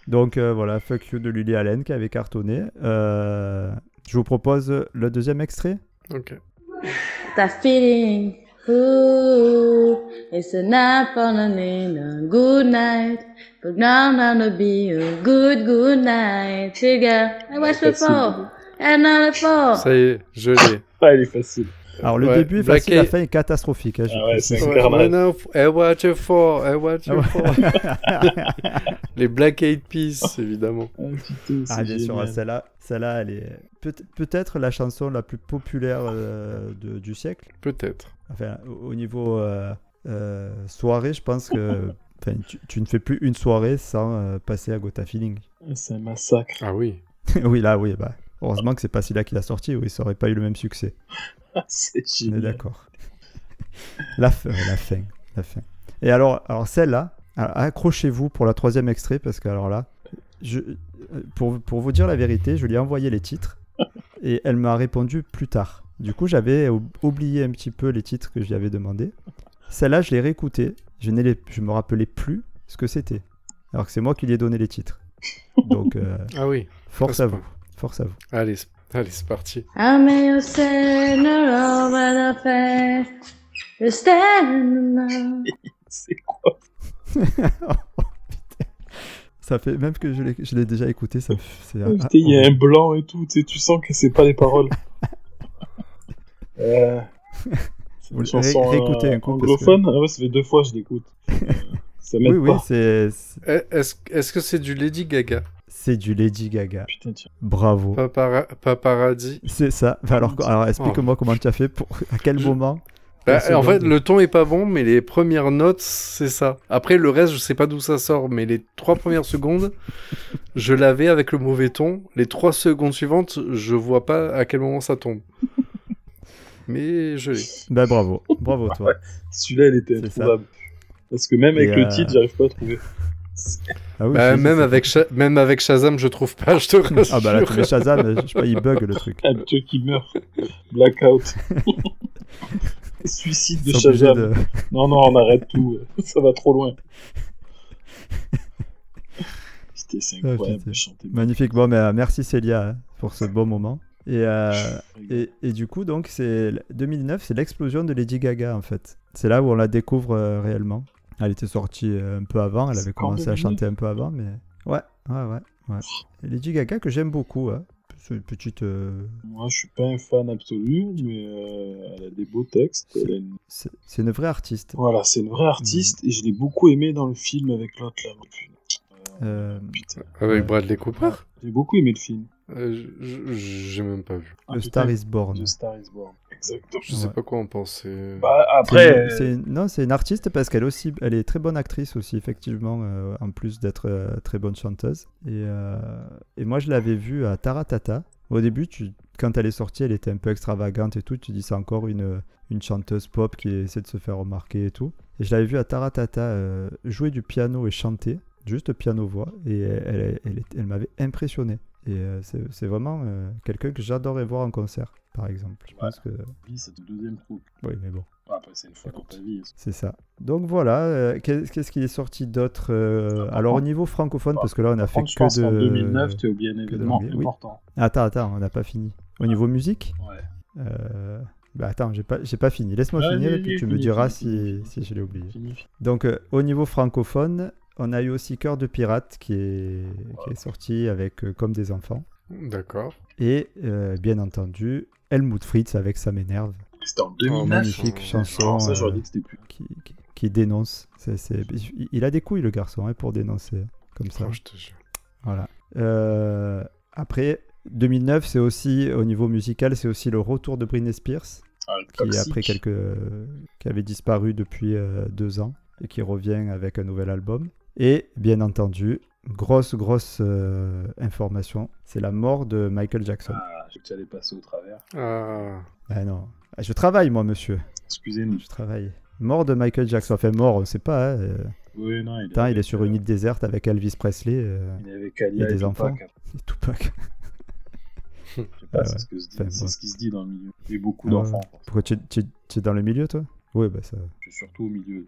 Speaker 2: Donc euh, voilà, Fuck You de Lily Allen qui avait cartonné. Euh, je vous propose le deuxième extrait.
Speaker 4: Ok.
Speaker 5: that feeling. Ooh, it's a nap on a nina. Good night. But now I'm gonna be a good, good night. Figure. I watched
Speaker 3: Elle est facile,
Speaker 5: before. And not before.
Speaker 4: Ça y est, je l'ai.
Speaker 3: Ah, elle est facile.
Speaker 2: Alors le
Speaker 4: Ouais,
Speaker 2: début est
Speaker 4: Black
Speaker 2: facile,
Speaker 4: Eyed-
Speaker 2: la fin est catastrophique. hein, je
Speaker 3: Ah ouais,
Speaker 2: précise.
Speaker 3: c'est Carnage.
Speaker 4: When I- I watch you fall, I watch you
Speaker 2: Ah ouais.
Speaker 4: fall. Les Black Eyed Peas, évidemment.
Speaker 3: Ah, putain, c'est
Speaker 2: Ah, bien sûr,
Speaker 3: génial.
Speaker 2: celle-là, celle-là, elle est peut- peut-être la chanson la plus populaire euh, de- du siècle.
Speaker 4: Peut-être.
Speaker 2: Enfin, au, au niveau euh, euh, soirée, je pense que enfin, tu, tu ne fais plus une soirée sans euh, passer à Gotha Feeling.
Speaker 3: C'est un massacre.
Speaker 4: Ah oui.
Speaker 2: oui, là, oui, bah, heureusement que c'est pas celui-là qui l'a sorti, oui, ça aurait pas eu le même succès.
Speaker 3: Ah, c'est
Speaker 2: On est
Speaker 3: génial.
Speaker 2: d'accord. la fin, ouais, la fin, la fin. Et alors, alors celle-là, alors accrochez-vous pour la troisième extrait parce que alors là, je, euh, pour, pour vous dire la vérité, je lui ai envoyé les titres et elle m'a répondu plus tard. Du coup, j'avais ou- oublié un petit peu les titres que j'y avais demandé. Celle-là, je l'ai réécoutée. Je ne les- je me rappelais plus ce que c'était, alors que c'est moi qui lui ai donné les titres. Donc, euh,
Speaker 4: Ah oui.
Speaker 2: force
Speaker 4: Ça,
Speaker 2: à
Speaker 4: c'est
Speaker 2: vous, force à vous.
Speaker 4: Allez, c'est- allez, c'est parti.
Speaker 5: I'm a sinner over the faith. You stand alone.
Speaker 3: C'est
Speaker 2: Ah,
Speaker 3: quoi
Speaker 2: Ça fait même que je l'ai- je l'ai déjà écouté, ça. me f- c'est-
Speaker 3: Putain, il y a un blanc et tout. Tu, sais, tu sens que c'est pas les paroles. euh, c'est
Speaker 2: Vous
Speaker 3: une
Speaker 2: le-
Speaker 3: chanson
Speaker 2: ré- réécoutez
Speaker 3: euh,
Speaker 2: un coup, parce que-
Speaker 3: anglophone Ah ouais, ça fait deux fois que je l'écoute. Euh, ça m'aide
Speaker 2: Oui, oui,
Speaker 3: pas.
Speaker 2: c'est c'est-
Speaker 4: Eh, Est-ce est-ce que c'est du Lady Gaga
Speaker 2: c'est du Lady Gaga.
Speaker 3: Putain, tiens.
Speaker 4: Ah.
Speaker 2: Bravo.
Speaker 4: Papara- Paparazzi
Speaker 2: C'est ça. Enfin, alors, alors, explique-moi comment tu as fait, pour, à quel
Speaker 4: Je-
Speaker 2: moment.
Speaker 4: Bah,
Speaker 2: quelle
Speaker 4: en fait,
Speaker 2: seconde.
Speaker 4: le ton est pas bon, mais les premières notes, c'est ça. Après, le reste, je sais pas d'où ça sort, mais les trois premières secondes, je l'avais avec le mauvais ton. Les trois secondes suivantes, je vois pas à quel moment ça tombe. Mais je l'ai.
Speaker 2: Ben, bravo. Bravo, toi.
Speaker 3: Celui-là, il était
Speaker 2: C'est ça.
Speaker 3: introuvable. Parce que même
Speaker 2: Et
Speaker 3: avec
Speaker 2: euh,
Speaker 3: le titre, j'arrive pas à trouver.
Speaker 2: Ah oui,
Speaker 4: Bah,
Speaker 2: c'est-
Speaker 4: même,
Speaker 2: c'est-
Speaker 4: avec Sha- même avec Shazam, je trouve pas, je te rassure.
Speaker 2: Ah, bah là, tu mets Shazam, je je sais pas, il bug le truc.
Speaker 3: Ah, Dieu qui meurt. Blackout. Suicide de
Speaker 2: Ils sont obligés
Speaker 3: Shazam. Non, non, on arrête tout. Ça va trop loin. Putain, c'est
Speaker 2: Ah,
Speaker 3: incroyable
Speaker 2: putain.
Speaker 3: de chanter.
Speaker 2: Magnifique. Bon, mais euh, merci Célia hein, pour ce beau moment. Et, euh, et, et du coup, donc, c'est l- 2009, c'est l'explosion de Lady Gaga, en fait. C'est là où on la découvre euh, réellement. Elle était sortie euh, un peu avant, elle
Speaker 3: C'est
Speaker 2: avait
Speaker 3: qu'en
Speaker 2: commencé à
Speaker 3: 2009.
Speaker 2: chanter un peu avant, mais... Ouais, ouais, ouais. ouais. Et Lady Gaga que j'aime beaucoup, hein. C'est une petite... euh,
Speaker 3: Moi, je suis pas un fan absolu, mais euh, elle a des beaux textes. Elle a une-
Speaker 2: C'est c'est une vraie artiste.
Speaker 3: Voilà, c'est une vraie artiste
Speaker 2: Mm.
Speaker 3: et je l'ai beaucoup aimé dans le film avec l'autre là. Euh,
Speaker 2: Euh,
Speaker 3: Putain,
Speaker 4: Avec Ah Bradley Cooper
Speaker 3: j'ai beaucoup aimé le film.
Speaker 4: Euh, je- je- J'ai même pas vu.
Speaker 3: Ah,
Speaker 2: The
Speaker 3: putain,
Speaker 2: Star is Born.
Speaker 3: The Star is Born. Exactement.
Speaker 4: Je sais
Speaker 2: Ouais.
Speaker 4: pas quoi en penser.
Speaker 3: Bah,
Speaker 2: C'est
Speaker 3: après,
Speaker 2: une- c'est une- non, c'est une artiste parce qu'elle aussi, elle est très bonne actrice aussi, effectivement, euh, en plus d'être euh, très bonne chanteuse. Et, euh, et moi, je l'avais vue à Taratata. Au début, tu, quand elle est sortie, elle était un peu extravagante et tout. Tu dis, c'est encore une, une chanteuse pop qui essaie de se faire remarquer et tout. Et je l'avais vue à Taratata euh, jouer du piano et chanter, juste piano-voix. Et elle, elle, elle est- elle m'avait impressionné. Et euh, c'est c'est vraiment euh, quelqu'un que j'adorais voir en concert, par exemple. Je pense que.
Speaker 3: Oui, c'est le deuxième truc.
Speaker 2: Oui, mais bon.
Speaker 3: Ah, Après, c'est une fois dans ta vie.
Speaker 2: C'est ça. Donc voilà, euh, qu'est- qu'est-ce qu'il est sorti d'autre euh,
Speaker 3: Ah,
Speaker 2: Alors au niveau francophone, parce que là on a
Speaker 3: Par
Speaker 2: fait
Speaker 3: contre, je
Speaker 2: que
Speaker 3: pense qu'en
Speaker 2: de...
Speaker 3: 2009, tu as oublié un
Speaker 2: de
Speaker 3: événement
Speaker 2: l'anglais, oui.
Speaker 3: important.
Speaker 2: Attends, attends, on n'a pas fini. Au niveau musique
Speaker 3: Ouais.
Speaker 2: euh, Bah attends, j'ai pas, j'ai pas fini. Laisse-moi
Speaker 3: Ah,
Speaker 2: finir
Speaker 3: oui,
Speaker 2: et puis
Speaker 3: oui,
Speaker 2: tu me
Speaker 3: fini,
Speaker 2: diras
Speaker 3: fini,
Speaker 2: si,
Speaker 3: fini,
Speaker 2: si je l'ai oublié.
Speaker 3: Fini.
Speaker 2: Donc euh, au niveau francophone, on a eu aussi Cœur de Pirate qui est, qui est sorti avec euh, Comme des enfants.
Speaker 4: D'accord.
Speaker 2: Et euh, bien entendu, Helmut Fritz avec Ça m'énerve.
Speaker 3: C'était en
Speaker 2: Oh,
Speaker 3: 2009.
Speaker 2: magnifique
Speaker 4: euh,
Speaker 2: chanson.
Speaker 3: Alors ça, j'aurais
Speaker 2: euh,
Speaker 3: dit que c'était plus.
Speaker 2: qui, qui- qui dénonce. C'est- c'est- il- Il a des couilles, le garçon, hein, pour dénoncer comme ça.
Speaker 4: Oh, je te jure.
Speaker 2: Voilà. Euh, après, 2009, c'est aussi, au niveau musical, c'est aussi le retour de Britney Spears,
Speaker 3: Avec
Speaker 2: qui,
Speaker 3: Toxic.
Speaker 2: après quelques, qui avait disparu depuis euh, deux ans et qui revient avec un nouvel album. Et bien entendu, grosse, grosse euh, information, c'est la mort de Michael Jackson.
Speaker 3: Ah, je t'allais passer au travers.
Speaker 4: Ah.
Speaker 2: Ah non, je travaille, moi, monsieur.
Speaker 3: Excusez-nous.
Speaker 2: Je travaille. Mort de Michael Jackson. Enfin, mort, on sait pas. hein, euh,
Speaker 3: Oui, non, il,
Speaker 2: Putain,
Speaker 3: avait-
Speaker 2: il est sur une île déserte avec Elvis Presley euh,
Speaker 3: Il avait
Speaker 2: il y a
Speaker 3: Kalia et
Speaker 2: des
Speaker 3: des enfants.
Speaker 2: enfants. et Tupac.
Speaker 3: Je sais
Speaker 2: Ah
Speaker 3: pas,
Speaker 2: ouais.
Speaker 3: c'est ce, que se dit-
Speaker 2: Enfin,
Speaker 3: c'est
Speaker 2: bon.
Speaker 3: ce qui se dit dans le milieu. Et beaucoup
Speaker 2: Ah ouais.
Speaker 3: d'enfants.
Speaker 2: Pourquoi tu, tu, tu es dans le milieu, toi Oui, bah ça.
Speaker 3: Je suis surtout au milieu.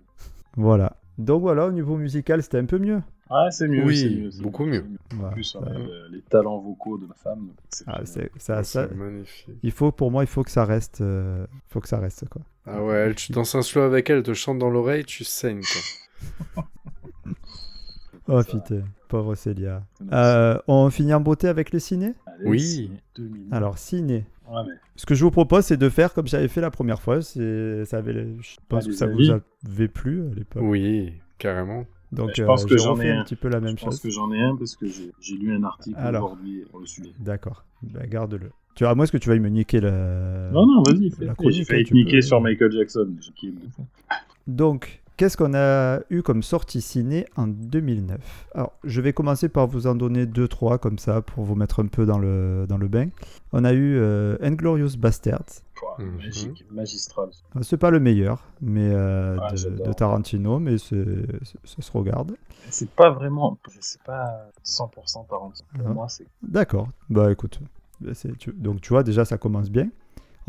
Speaker 2: Voilà. Donc voilà, au niveau musical, c'était un peu mieux.
Speaker 3: Ah, c'est mieux.
Speaker 4: Oui,
Speaker 3: c'est mieux, c'est
Speaker 4: beaucoup
Speaker 3: mieux,
Speaker 4: mieux.
Speaker 3: c'est En
Speaker 2: Voilà.
Speaker 3: plus, on a euh, les talents vocaux de la femme. donc c'est euh,
Speaker 2: Ah,
Speaker 3: bien.
Speaker 2: c'est- ça, ça-
Speaker 4: C'est magnifique.
Speaker 2: il faut, pour moi, il faut que ça reste. euh, faut que ça reste, quoi.
Speaker 4: Ah ouais, elle, tu danses un slow avec elle, elle te chante dans l'oreille, tu saignes. quoi.
Speaker 2: Oh
Speaker 3: Ça-
Speaker 2: putain, pauvre Célia.
Speaker 3: c'est-
Speaker 2: Euh, on finit en beauté avec les ciné
Speaker 3: Ah, Allez,
Speaker 4: Oui.
Speaker 3: c'est 2000.
Speaker 2: Alors, ciné.
Speaker 3: Ouais, mais
Speaker 2: Ce que je vous propose, c'est de faire comme j'avais fait la première fois. C'est- Ça avait, je pense
Speaker 3: Ah,
Speaker 2: que
Speaker 3: les
Speaker 2: ça
Speaker 3: avis.
Speaker 2: vous avait plu à l'époque.
Speaker 4: Oui, carrément.
Speaker 2: Donc,
Speaker 3: Je pense
Speaker 2: euh,
Speaker 3: que
Speaker 2: j'ai
Speaker 3: j'en
Speaker 2: refait
Speaker 3: ai
Speaker 2: un
Speaker 3: un.
Speaker 2: petit peu la
Speaker 3: je
Speaker 2: même
Speaker 3: pense
Speaker 2: chose.
Speaker 3: que j'en ai un parce que j'ai j'ai lu un article
Speaker 2: Alors.
Speaker 3: aujourd'hui sur le sujet.
Speaker 2: D'accord. Bah, garde-le. Tu vois, moi, est-ce que tu vas me niquer la...
Speaker 3: Non, non, vas-y, fais.
Speaker 2: euh, la
Speaker 3: Et J'ai
Speaker 2: chronique, hein,
Speaker 3: failli te
Speaker 2: tu
Speaker 3: niquer
Speaker 2: peux-
Speaker 3: sur Michael Jackson. j'ai kiffé.
Speaker 2: Donc, qu'est-ce qu'on a eu comme sortie ciné en 2009 Alors, je vais commencer par vous en donner 2-3 comme ça pour vous mettre un peu dans le, dans le bain. On a eu euh, Inglorious Bastards. Euh,
Speaker 3: Pouah,
Speaker 4: Mhm.
Speaker 3: Magique, magistral.
Speaker 2: C'est pas le meilleur mais euh,
Speaker 3: Ah,
Speaker 2: de,
Speaker 3: j'adore.
Speaker 2: de Tarantino, mais c'est- c'est- ça se regarde.
Speaker 3: C'est pas vraiment. C'est pas 100% Tarantino. Pour
Speaker 2: Ah.
Speaker 3: moi, c'est.
Speaker 2: D'accord. Bah écoute, bah, c'est- tu- donc tu vois déjà ça commence bien.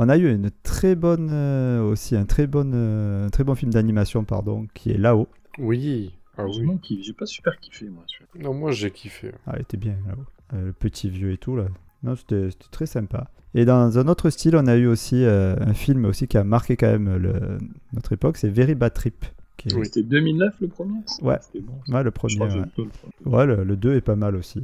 Speaker 2: On a eu une très bonne euh, aussi un très bon euh, un très bon film d'animation pardon qui est là-haut.
Speaker 4: Oui. Ah
Speaker 3: J'ai
Speaker 4: oui.
Speaker 3: moins kiffé- J'ai pas super kiffé, moi. celui-là.
Speaker 4: Non, moi j'ai kiffé.
Speaker 2: Ah il était bien là-haut. Euh, le petit vieux et tout là. Non c'était c'était très sympa. Et dans un autre style on a eu aussi euh, un film aussi qui a marqué quand même le- notre époque c'est Very Bad Trip qui est-
Speaker 4: Oui.
Speaker 3: C'était 2009 le premier
Speaker 2: Ouais.
Speaker 3: C'était bon.
Speaker 2: ouais, le
Speaker 3: Je
Speaker 2: premier.
Speaker 3: crois que j'ai
Speaker 2: Ouais,
Speaker 3: pas le premier.
Speaker 2: Ouais, le, 2 est pas mal aussi.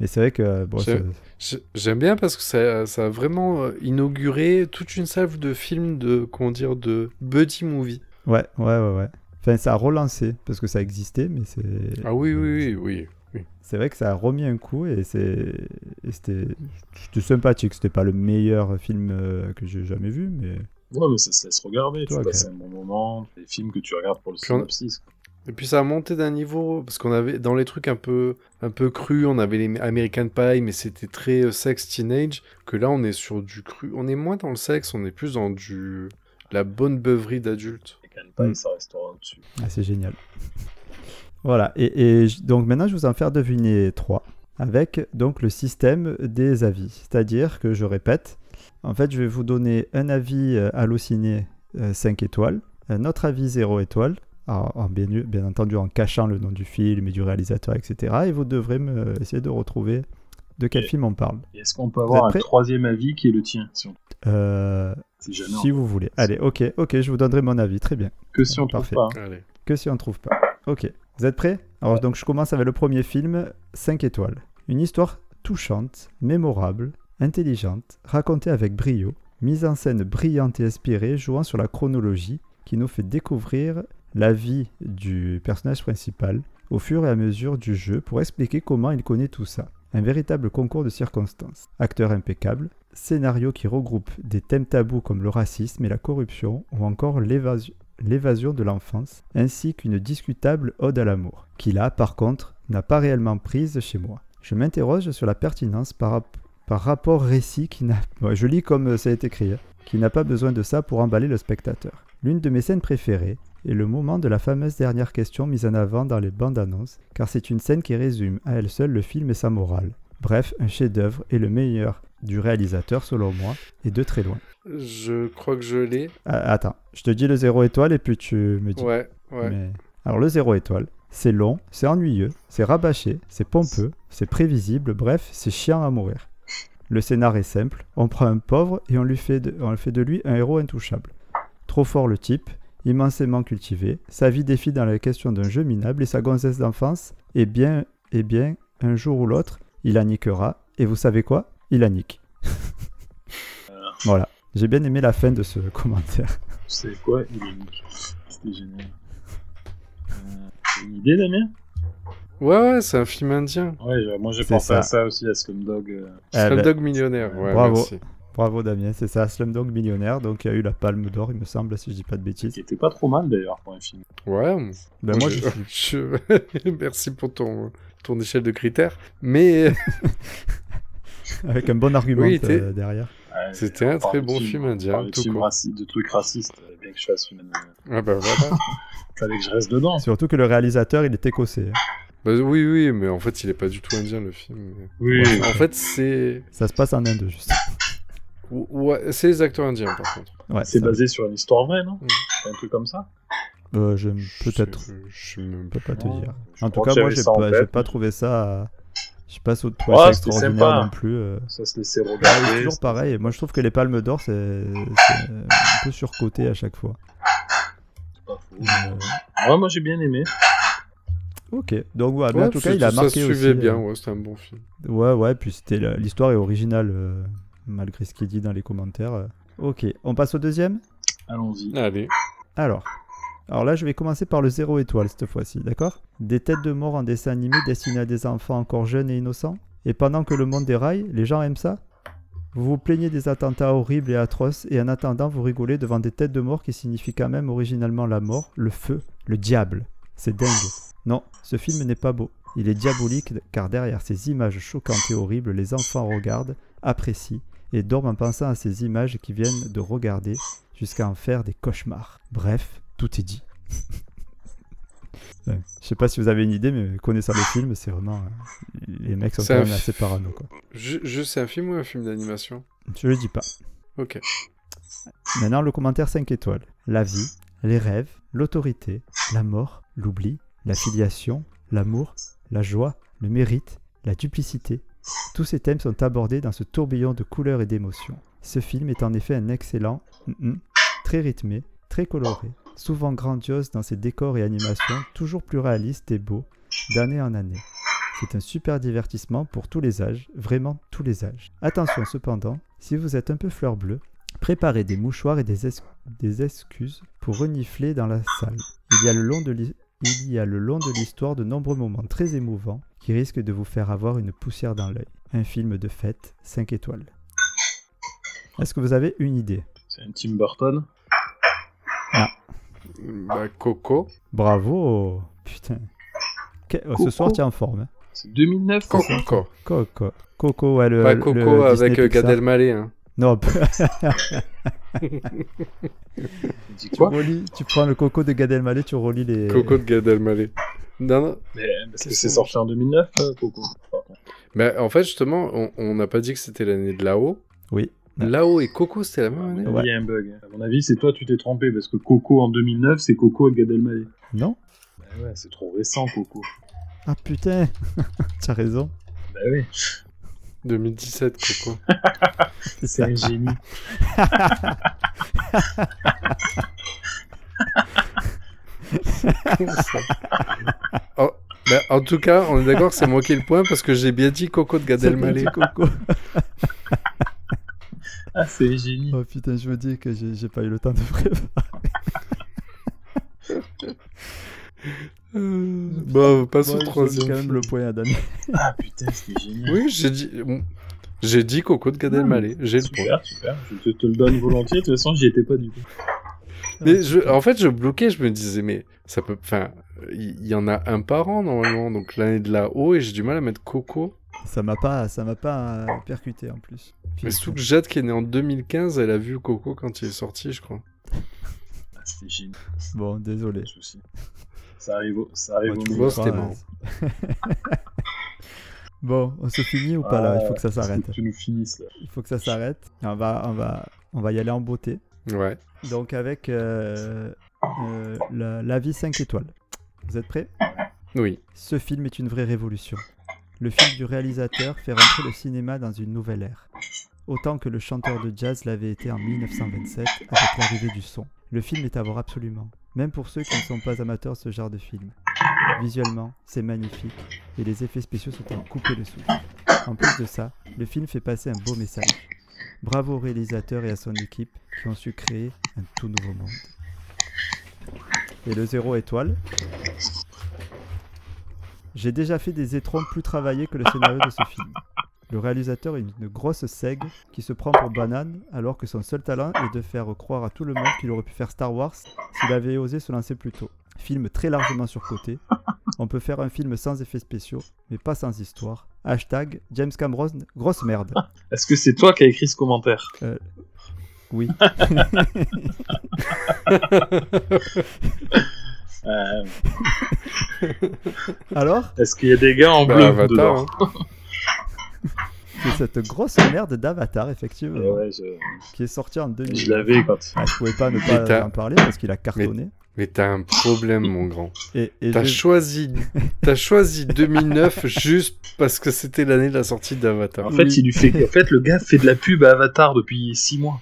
Speaker 2: Mais c'est vrai que euh, bon,
Speaker 4: C'est-
Speaker 2: ça-
Speaker 4: J'ai- J'aime bien parce que ça, ça a vraiment euh, inauguré toute une salve de films de, comment dire, de buddy movie.
Speaker 2: ouais ouais ouais ouais. Enfin ça a relancé parce que ça existait mais c'est
Speaker 4: Ah oui, oui, oui, oui. oui.
Speaker 2: C'est vrai que ça a remis un coup et c'est et c'était c'était sympathique. C'était pas le meilleur film euh, que j'ai jamais vu, mais
Speaker 3: Ouais, mais ça se laisse regarder. Tu
Speaker 2: Ouais,
Speaker 3: passes
Speaker 2: ok.
Speaker 3: un bon moment. Les films que tu regardes pour le
Speaker 4: Puis on-
Speaker 3: synopsis. quoi.
Speaker 4: Et puis ça a monté d'un niveau, parce qu'on avait, dans les trucs un peu, un peu crus, on avait les American Pie, mais c'était très euh, sexe teenage, que là on est sur du cru, on est moins dans le sexe, on est plus dans du, la bonne beuverie d'adulte.
Speaker 3: Et Cannes Pie,
Speaker 2: Mm.
Speaker 3: ça restera au-dessus.
Speaker 2: ah, c'est génial. voilà. Et, et j- donc maintenant, je vais vous en faire deviner trois avec donc le système des avis. C'est-à-dire que je répète, en fait, je vais vous donner un avis euh, halluciné 5 étoiles, un autre avis 0 étoile. en- en bien, bien entendu en cachant le nom du film et du réalisateur, etc. Et vous devrez me, euh, essayer de retrouver de quel
Speaker 3: Ok.
Speaker 2: film on parle.
Speaker 3: Et Est-ce qu'on peut avoir
Speaker 2: Après-
Speaker 3: un troisième avis qui est le tien si, on-
Speaker 2: Euh,
Speaker 3: si jamais
Speaker 2: Si vous voulez. Allez, ok, ok, je vous donnerai mon avis, très bien.
Speaker 3: on- Que si on
Speaker 2: Parfait.
Speaker 3: trouve pas. hein.
Speaker 4: Allez.
Speaker 2: Que si on trouve pas. Ok, vous êtes prêts Alors donc je commence avec le premier film, 5 étoiles. Une histoire touchante, mémorable, intelligente, racontée avec brio, mise en scène brillante et inspirée, jouant sur la chronologie, qui nous fait découvrir la vie du personnage principal au fur et à mesure du jeu pour expliquer comment il connaît tout ça. Un véritable concours de circonstances. Acteur impeccable, scénario qui regroupe des thèmes tabous comme le racisme et la corruption ou encore l'évasion l'évasion de l'enfance, ainsi qu'une discutable ode à l'amour, qui là, par contre, n'a pas réellement prise chez moi. Je m'interroge sur la pertinence par, rap- par rapport récit qui n'a... Ouais, je lis comme euh, ça est écrit, hein, qui n'a pas besoin de ça pour emballer le spectateur. L'une de mes scènes préférées est le moment de la fameuse dernière question mise en avant dans les bandes annonces, car c'est une scène qui résume à elle seule le film et sa morale. Bref, un chef-d'œuvre et le meilleur du réalisateur selon moi, et de très loin.
Speaker 4: Je crois que je l'ai.
Speaker 2: Ah, attends, je te dis le zéro étoile et puis tu me dis.
Speaker 4: Ouais, ouais.
Speaker 2: Mais- Alors le zéro étoile, c'est long, c'est ennuyeux, c'est rabâché, c'est pompeux, c'est prévisible, bref, c'est chiant à mourir. Le scénar est simple, on prend un pauvre et on lui fait de, on fait de lui un héros intouchable. Trop fort le type, immensément cultivé, sa vie défie dans la question d'un jeu minable et sa gonzesse d'enfance, eh bien, eh bien, un jour ou l'autre, il la niquera, et vous savez quoi Il la nique. voilà, j'ai bien aimé la fin de ce commentaire.
Speaker 3: Tu sais quoi Il est unique. C'était génial. Euh, t'as une idée, Damien
Speaker 4: Ouais, ouais, c'est un film indien.
Speaker 3: Ouais, je- moi j'ai
Speaker 2: C'est
Speaker 3: pensé
Speaker 2: ça.
Speaker 3: à ça aussi, à Slumdog. euh,
Speaker 2: Eh ben,
Speaker 4: Slumdog millionnaire. Ouais,
Speaker 2: Bravo.
Speaker 4: merci.
Speaker 2: Bravo Damien, c'est ça, Slumdog Millionnaire, donc il y a eu la Palme d'Or, il me semble, si je dis pas de bêtises.
Speaker 3: qui était pas trop mal d'ailleurs pour un film.
Speaker 4: Ouais. on-
Speaker 2: Ben, moi, je,
Speaker 4: je- Merci pour ton, ton échelle de critères. Mais
Speaker 2: avec un bon argument
Speaker 4: Oui, t'es-
Speaker 2: euh, derrière.
Speaker 3: Ouais,
Speaker 4: C'était
Speaker 3: on
Speaker 4: un
Speaker 3: parle
Speaker 4: très
Speaker 3: de
Speaker 4: bon
Speaker 3: films-
Speaker 4: film
Speaker 3: on
Speaker 4: indien,
Speaker 3: parle De,
Speaker 4: tout
Speaker 3: films
Speaker 4: court.
Speaker 3: raci- de trucs racistes, euh, bien que je fasse une.
Speaker 4: ah bah voilà.
Speaker 3: Fallait que je reste dedans.
Speaker 2: Surtout que le réalisateur, il est écossais. hein.
Speaker 4: Bah oui, oui, mais en fait, il est pas du tout indien le film.
Speaker 3: Oui,
Speaker 4: En fait, c'est
Speaker 2: Ça se passe en Inde, juste.
Speaker 4: ou- ouais, c'est les acteurs indiens par contre.
Speaker 2: Ouais,
Speaker 3: c'est
Speaker 2: ça-
Speaker 3: basé sur une histoire vraie, non
Speaker 4: Mm.
Speaker 3: C'est Un truc comme ça
Speaker 2: euh, je
Speaker 4: Je sais-
Speaker 2: peut-être,
Speaker 4: je- Je me-
Speaker 2: je peux pas te
Speaker 3: Non,
Speaker 2: dire.
Speaker 3: je
Speaker 2: En tout
Speaker 3: crois
Speaker 2: cas,
Speaker 3: que
Speaker 2: moi,
Speaker 3: j'avais
Speaker 2: j'ai
Speaker 3: ça en
Speaker 2: pas, j'ai
Speaker 3: tête,
Speaker 2: pas
Speaker 3: mais
Speaker 2: trouvé ça. euh, Je passe au trouvé ça
Speaker 3: Ouais, c'était
Speaker 2: extraordinaire
Speaker 3: sympa.
Speaker 2: non plus. euh.
Speaker 3: Ça se laissait
Speaker 2: Ah, c'est
Speaker 3: regarder.
Speaker 2: toujours pareil. Et Moi, je trouve que les Palmes d'Or, c'est c'est, euh, un peu surcoté à chaque fois.
Speaker 3: c'est pas faux.
Speaker 2: Euh,
Speaker 3: Ouais, moi j'ai bien aimé.
Speaker 2: Ok, donc ouais, mais
Speaker 4: Ouais,
Speaker 2: en tout cas,
Speaker 4: c'est-
Speaker 2: il a
Speaker 4: ça
Speaker 2: marqué
Speaker 4: se
Speaker 2: aussi.
Speaker 4: suivait bien,
Speaker 2: euh,
Speaker 4: ouais, c'était un bon film.
Speaker 2: Ouais, ouais, puis c'était la- l'histoire est originale, euh, malgré ce qu'il dit dans les commentaires. euh. Ok, on passe au deuxième
Speaker 3: Allons-y.
Speaker 4: Allez.
Speaker 2: Alors. Alors là, je vais commencer par le zéro étoile cette fois-ci, d'accord Des têtes de mort en dessin animé destinées à des enfants encore jeunes et innocents Et pendant que le monde déraille, les gens aiment ça Vous vous plaignez des attentats horribles et atroces, et en attendant, vous rigolez devant des têtes de mort qui signifient quand même originalement la mort, le feu, le diable. C'est dingue. Non, ce film n'est pas beau. Il est diabolique car derrière ces images choquantes et horribles, les enfants regardent, apprécient et dorment en pensant à ces images qui viennent de regarder jusqu'à en faire des cauchemars. Bref, tout est dit. Ouais. Je sais pas si vous avez une idée, mais connaissant le film, c'est vraiment. euh, Les mecs sont
Speaker 4: C'est
Speaker 2: quand
Speaker 4: un
Speaker 2: même
Speaker 4: fi-
Speaker 2: assez parano. Quoi.
Speaker 4: Je, je sais un film ou un film d'animation
Speaker 2: Je le dis pas.
Speaker 4: Ok.
Speaker 2: Maintenant, le commentaire 5 étoiles. La vie, les rêves, l'autorité, la mort, l'oubli, la filiation, l'amour, la joie, le mérite, la duplicité. Tous ces thèmes sont abordés dans ce tourbillon de couleurs et d'émotions. Ce film est en effet un excellent, mm-mm, très rythmé, très coloré, souvent grandiose dans ses décors et animations, toujours plus réaliste et beau, d'année en année. C'est un super divertissement pour tous les âges, vraiment tous les âges. Attention cependant, si vous êtes un peu fleur bleue, préparez des mouchoirs et des, es- des excuses pour renifler dans la salle. Il y a le long de l'hi- il y a le long de l'histoire de nombreux moments très émouvants qui risquent de vous faire avoir une poussière dans l'œil. Un film de fête, 5 étoiles. Est-ce que vous avez une idée
Speaker 3: C'est un Tim Burton.
Speaker 2: Ah.
Speaker 4: Bah, Coco.
Speaker 2: Bravo Putain. Que- oh, ce
Speaker 3: Coco.
Speaker 2: soir, tu es en forme. hein.
Speaker 3: C'est 2009, quoi.
Speaker 4: Coco.
Speaker 2: Coco. Coco, ouais, le,
Speaker 4: Pas
Speaker 2: le-
Speaker 4: Coco
Speaker 2: le Disney
Speaker 4: avec euh, Gad
Speaker 2: Pixar.
Speaker 4: Elmaleh. Hein.
Speaker 2: Non,
Speaker 3: Il dit
Speaker 2: tu,
Speaker 3: quoi
Speaker 2: relis- tu prends le coco de Gad Elmaleh, tu relis les...
Speaker 4: Coco de Gad Elmaleh. Non, non.
Speaker 3: Mais, euh, Parce que c'est sorti en 2009, euh, Coco.
Speaker 4: Mais Bah, en fait, justement, on- on n'a pas dit que c'était l'année de là-haut.
Speaker 2: Oui.
Speaker 4: Là-haut et Coco, c'était la même année.
Speaker 3: Il y a un bug. hein. À mon avis, c'est toi, tu t'es trompé parce que Coco en 2009, c'est Coco avec Gad Elmaleh.
Speaker 2: Non
Speaker 3: Bah ouais, c'est trop récent, Coco.
Speaker 2: Ah putain Tu as raison.
Speaker 3: Bah oui,
Speaker 4: 2017, Coco.
Speaker 2: C'est
Speaker 3: c'est
Speaker 2: ça.
Speaker 3: un génie.
Speaker 4: Oh, bah, en tout cas, on est d'accord, que c'est moi qui ai le point parce que j'ai bien dit Coco de Gad
Speaker 2: C'est bien
Speaker 4: Elmaleh.
Speaker 2: dit, Coco.
Speaker 3: Ah, c'est un génie.
Speaker 2: Oh putain, je me dis que j'ai j'ai pas eu le temps de préparer.
Speaker 4: Euh, Bon,
Speaker 2: Bon,
Speaker 4: passons au
Speaker 2: je donne
Speaker 4: troisième.
Speaker 2: quand même le point à Dani.
Speaker 3: Ah putain, c'était génial.
Speaker 4: Oui, j'ai dit. J'ai dit Coco de Gad
Speaker 3: Non, mais
Speaker 4: Elmaleh. J'ai le point.
Speaker 3: Super, super. Je te, te le donne volontiers. De toute façon, j'y étais pas du tout.
Speaker 4: Mais je, en fait, je bloquais, je me disais, mais ça peut. Enfin, il il y, en a un par an normalement, donc l'année de la haut, et j'ai du mal à mettre Coco.
Speaker 2: Ça m'a pas, ça m'a pas euh, percuté en plus.
Speaker 4: Mais surtout que Jade, qui est née en 2015, elle a vu Coco quand il est sorti, je crois.
Speaker 3: Ah, c'était génial.
Speaker 2: Bon, désolé.
Speaker 3: Pas de souci. Ça arrive au, ça arrive
Speaker 2: Moi,
Speaker 3: au
Speaker 2: tu me
Speaker 3: milieu.
Speaker 4: vois, c'était
Speaker 2: crois,
Speaker 4: bon.
Speaker 2: euh, Bon, on se finit ou pas là Il faut que ça s'arrête.
Speaker 3: Faut que tu nous finisses là.
Speaker 2: Il faut que ça s'arrête. On va, on va, on va y aller en beauté.
Speaker 4: Ouais.
Speaker 2: Donc avec euh, euh, la, la vie 5 étoiles. Vous êtes prêts
Speaker 4: Oui.
Speaker 2: Ce film est une vraie révolution. Le film du réalisateur fait rentrer le cinéma dans une nouvelle ère. Autant que le chanteur de jazz l'avait été en 1927 avec l'arrivée du son. Le film est à voir absolument, même pour ceux qui ne sont pas amateurs de ce genre de film. Visuellement, c'est magnifique et les effets spéciaux sont à en couper le souffle. En plus de ça, le film fait passer un beau message. Bravo au réalisateur et à son équipe qui ont su créer un tout nouveau monde. Et le zéro étoile J'ai déjà fait des étrons plus travaillés que le scénario de ce film. Le réalisateur est une grosse seigue qui se prend pour banane alors que son seul talent est de faire croire à tout le monde qu'il aurait pu faire Star Wars s'il avait osé se lancer plus tôt. Film très largement surcoté. On peut faire un film sans effets spéciaux, mais pas sans histoire. Hashtag James Cameron, grosse merde.
Speaker 3: Est-ce que c'est toi qui as écrit ce commentaire
Speaker 2: Oui.
Speaker 3: Euh,
Speaker 2: Alors
Speaker 3: Est-ce qu'il y a des gars en
Speaker 4: Bah,
Speaker 3: bleu
Speaker 4: Avatar,
Speaker 3: dedans
Speaker 4: hein.
Speaker 2: C'est cette grosse merde d'Avatar, effectivement,
Speaker 3: Eh ouais, je,
Speaker 2: qui est sortie en 2000.
Speaker 3: je l'avais quand.
Speaker 2: Ah, je pouvais pas ne
Speaker 4: Mais
Speaker 2: pas
Speaker 4: t'as-
Speaker 2: en parler parce qu'il a cartonné.
Speaker 4: Mais t'as un problème, mon grand.
Speaker 2: Et, et
Speaker 4: T'as
Speaker 2: j'ai-
Speaker 4: choisi, t'as choisi 2009 juste parce que c'était l'année de la sortie d'Avatar.
Speaker 3: En fait, il lui fait. En fait, le gars fait de la pub à Avatar depuis 6 mois.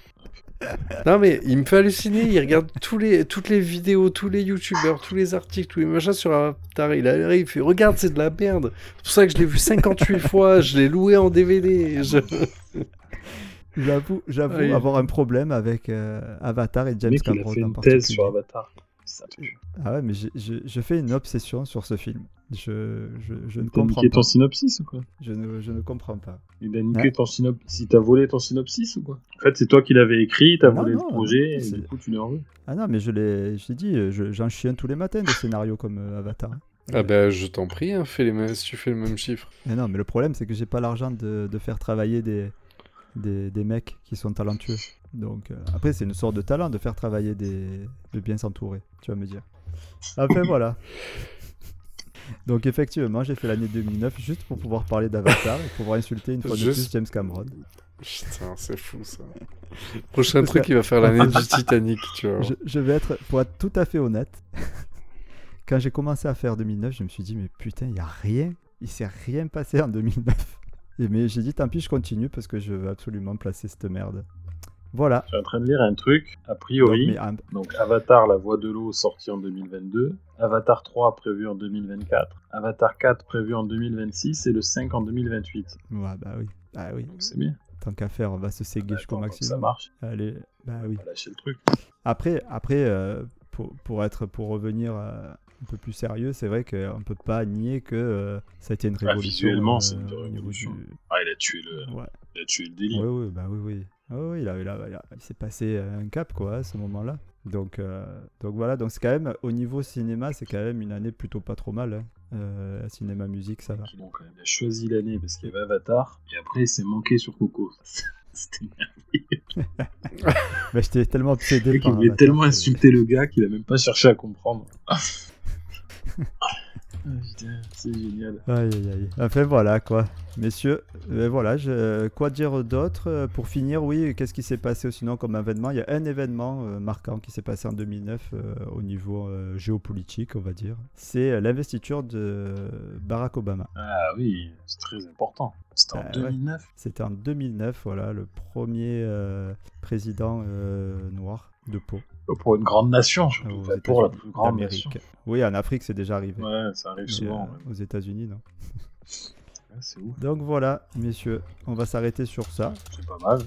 Speaker 4: Non, mais il me fait halluciner. Il regarde tous les, toutes les vidéos, tous les youtubeurs, tous les articles, tous les machins sur Avatar. Il arrive, il fait Regarde, c'est de la merde. C'est pour ça que je l'ai vu 58 fois. Je l'ai loué en DVD. Je...
Speaker 2: J'avoue, j'avoue
Speaker 4: Oui.
Speaker 2: avoir un problème avec euh, Avatar et
Speaker 3: Le
Speaker 2: James
Speaker 3: mec, il a
Speaker 2: Cameron
Speaker 3: fait
Speaker 2: en
Speaker 3: une
Speaker 2: particulier.
Speaker 3: thèse sur Avatar. Ça pue.
Speaker 2: Ah ouais, mais j'ai- je, je fais une obsession sur ce film. Je, je, je ne
Speaker 3: T'as
Speaker 2: comprends
Speaker 3: niqué
Speaker 2: pas.
Speaker 3: ton synopsis ou quoi
Speaker 2: Je ne, je ne comprends pas.
Speaker 3: Il a niqué
Speaker 2: Ouais.
Speaker 3: ton synopsis. Il t'a volé ton synopsis ou quoi En fait, c'est toi qui l'avais écrit, t'as
Speaker 2: Non,
Speaker 3: volé
Speaker 2: non,
Speaker 3: le projet, et
Speaker 2: c'est-
Speaker 3: du coup, tu l'as en veux.
Speaker 2: Ah non, mais je l'ai je l'ai dit, euh, je- j'en chien tous les matins des scénarios comme euh, Avatar.
Speaker 4: Ah, bah, je t'en prie, hein, fais les mêmes, si tu fais le même chiffre.
Speaker 2: Mais non, mais le problème, c'est que j'ai pas l'argent de, de faire travailler des, des, des mecs qui sont talentueux. Donc, euh, après, c'est une sorte de talent de faire travailler des. de bien s'entourer, tu vas me dire. Après, voilà. Donc, effectivement, j'ai fait l'année 2009 juste pour pouvoir parler d'Avatar et pouvoir insulter une fois de
Speaker 4: Juste-
Speaker 2: plus James Cameron.
Speaker 4: Putain, c'est fou ça. Prochain truc, il va faire l'année du Titanic, tu vois.
Speaker 2: Je, je vais être, pour être tout à fait honnête, quand j'ai commencé à faire 2009, je me suis dit, mais putain, il n'y a rien, il s'est rien passé en 2009. Et mais j'ai dit, tant pis, je continue parce que je veux absolument placer cette merde. Voilà.
Speaker 3: Je suis en train de lire un truc, a
Speaker 2: Donc,
Speaker 3: priori.
Speaker 2: mais en-
Speaker 3: Donc Avatar, la voie de l'eau, sorti en 2022. Avatar 3, prévu en 2024. Avatar 4, prévu en 2026. Et le 5 en 2028.
Speaker 2: ouais, bah oui. Ah oui,
Speaker 3: Donc c'est bien.
Speaker 2: tant qu'à faire, on va se séguer
Speaker 3: Attends,
Speaker 2: jusqu'au
Speaker 3: tant que Ça
Speaker 2: maximum.
Speaker 3: marche.
Speaker 2: Allez, bah oui.
Speaker 3: On va lâcher le truc.
Speaker 2: Après, après euh, pour, pour être, pour revenir euh, un peu plus sérieux, c'est vrai qu'on ne peut pas nier que euh, ça a été une
Speaker 3: Ah,
Speaker 2: révolution. euh,
Speaker 3: visuellement, c'est une
Speaker 2: au niveau
Speaker 3: révolution.
Speaker 2: du-
Speaker 3: Ah, il a tué le,
Speaker 2: Ouais.
Speaker 3: il a tué le délire.
Speaker 2: Oui, oui, bah oui, oui. Ah oui, il, a, il, a- il a- il s'est passé euh, un cap, quoi, à ce moment-là. Donc, euh, donc voilà, donc c'est quand même, au niveau cinéma, c'est quand même une année plutôt pas trop mal. hein. Euh, cinéma, musique, ça va.
Speaker 3: Qui, donc, euh, il a choisi l'année parce qu'il y avait Avatar. Et après, il s'est manqué sur Coco. C'était
Speaker 2: Mais j'étais tellement obsédé
Speaker 3: Il
Speaker 2: par
Speaker 3: voulait
Speaker 2: Avatar
Speaker 3: tellement
Speaker 2: que-
Speaker 3: insulter le gars qu'il a même pas cherché à comprendre. Ah, putain, c'est génial.
Speaker 2: Aïe, aïe, aïe. Enfin voilà, quoi. Messieurs, euh, voilà, je- quoi dire d'autre Euh, Pour finir, oui, qu'est-ce qui s'est passé sinon comme événement Il y a un événement euh, marquant qui s'est passé en 2009 euh, au niveau euh, géopolitique, on va dire. C'est euh, l'investiture de Barack Obama.
Speaker 3: Ah oui, c'est très important. C'était en
Speaker 2: Ah, ouais.
Speaker 3: 2009.
Speaker 2: C'était en 2009, voilà, le premier euh, président euh, noir de peau
Speaker 3: Pour une grande nation,
Speaker 2: euh,
Speaker 3: surtout.
Speaker 2: aux
Speaker 3: Enfin, pour la
Speaker 2: États-Unis
Speaker 3: plus grande nation.
Speaker 2: d'Amérique. Oui, en Afrique, c'est déjà arrivé.
Speaker 3: Ouais, ça arrive
Speaker 2: Mais,
Speaker 3: souvent.
Speaker 2: euh, aux États-Unis, non.
Speaker 3: ouais. Ouais, c'est ouf.
Speaker 2: Donc voilà, messieurs, on va s'arrêter sur ça.
Speaker 3: C'est pas mal.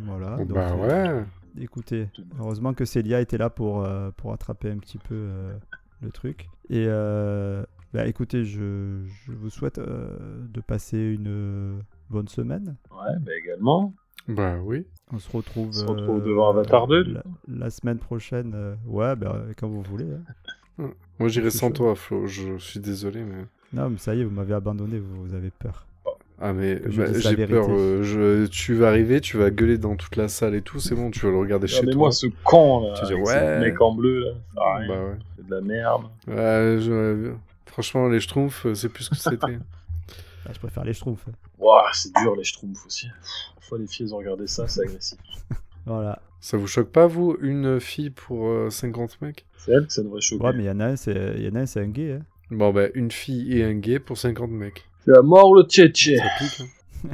Speaker 2: Voilà. donc,
Speaker 4: Bah
Speaker 2: euh,
Speaker 4: ouais.
Speaker 2: Écoutez, heureusement que Célia était là pour, euh, pour attraper un petit peu euh, le truc. Et euh, bah, écoutez, je, je vous souhaite euh, de passer une euh, bonne semaine.
Speaker 3: Ouais, bah également.
Speaker 4: Bah oui.
Speaker 2: On se retrouve,
Speaker 3: On se retrouve
Speaker 2: euh,
Speaker 3: devant Avatar 2, du
Speaker 2: la, la semaine prochaine. euh, ouais, bah, quand vous voulez. hein.
Speaker 4: Moi j'irai
Speaker 2: C'est
Speaker 4: sans
Speaker 2: chaud.
Speaker 4: toi, Flo. Je suis désolé, mais.
Speaker 2: Non, mais ça y est, vous m'avez abandonné, vous, vous avez peur.
Speaker 4: Ah mais
Speaker 2: Que je
Speaker 4: bah,
Speaker 2: dise la
Speaker 4: j'ai
Speaker 2: vérité.
Speaker 4: peur. euh, je... Tu vas arriver, tu vas gueuler dans toute la salle et tout. C'est bon, tu vas le regarder chez toi.
Speaker 3: Regardez-moi ce con là.
Speaker 4: Tu dis,
Speaker 3: avec
Speaker 4: ouais.
Speaker 3: ce mec en bleu là. Ça sert à rien.
Speaker 4: Bah ouais.
Speaker 3: C'est de la merde.
Speaker 4: Ouais, je- Franchement, les schtroumpfs, euh, c'est plus ce que c'était.
Speaker 2: Ah, je préfère les schtroumpfs. hein.
Speaker 3: Ouah, c'est dur les schtroumpfs aussi. Parfois les filles elles ont regardé ça, c'est agressif.
Speaker 2: Voilà.
Speaker 4: Ça vous choque pas, vous, une fille pour euh, 50 mecs
Speaker 3: C'est elle que ça devrait choquer.
Speaker 2: Ouais, mais il y en a un, c'est il y en a un, c'est un gay. hein.
Speaker 4: Bon, bah, une fille et un gay pour 50 mecs.
Speaker 3: C'est la mort le tchétché.
Speaker 4: Ça pique, hein.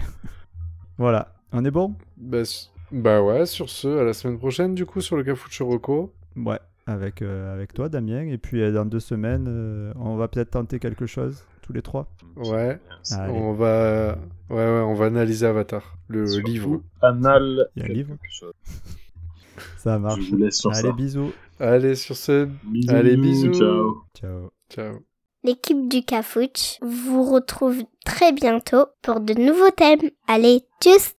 Speaker 2: Voilà. On est bon
Speaker 4: bah, s- bah ouais, sur ce, à la semaine prochaine, du coup, sur le Cafucho Rocco.
Speaker 2: Ouais. Avec, euh, avec toi, Damien. Et puis, euh, dans deux semaines, euh, on va peut-être tenter quelque chose, tous les trois.
Speaker 4: Ouais.
Speaker 3: C'est
Speaker 2: Allez.
Speaker 4: On va... Ouais, ouais, on va analyser Avatar, le
Speaker 3: surtout
Speaker 4: Euh, livre.
Speaker 3: Anal.
Speaker 2: Il y a un livre
Speaker 3: quelque chose.
Speaker 2: Ça marche.
Speaker 3: Je vous laisse sur
Speaker 2: Allez,
Speaker 3: ça.
Speaker 2: bisous.
Speaker 4: Allez, sur ce,
Speaker 3: Bisous,
Speaker 4: Allez, bisous.
Speaker 3: Ciao.
Speaker 2: Ciao.
Speaker 4: ciao.
Speaker 1: L'équipe du Cafouche vous retrouve très bientôt pour de nouveaux thèmes. Allez, tchuss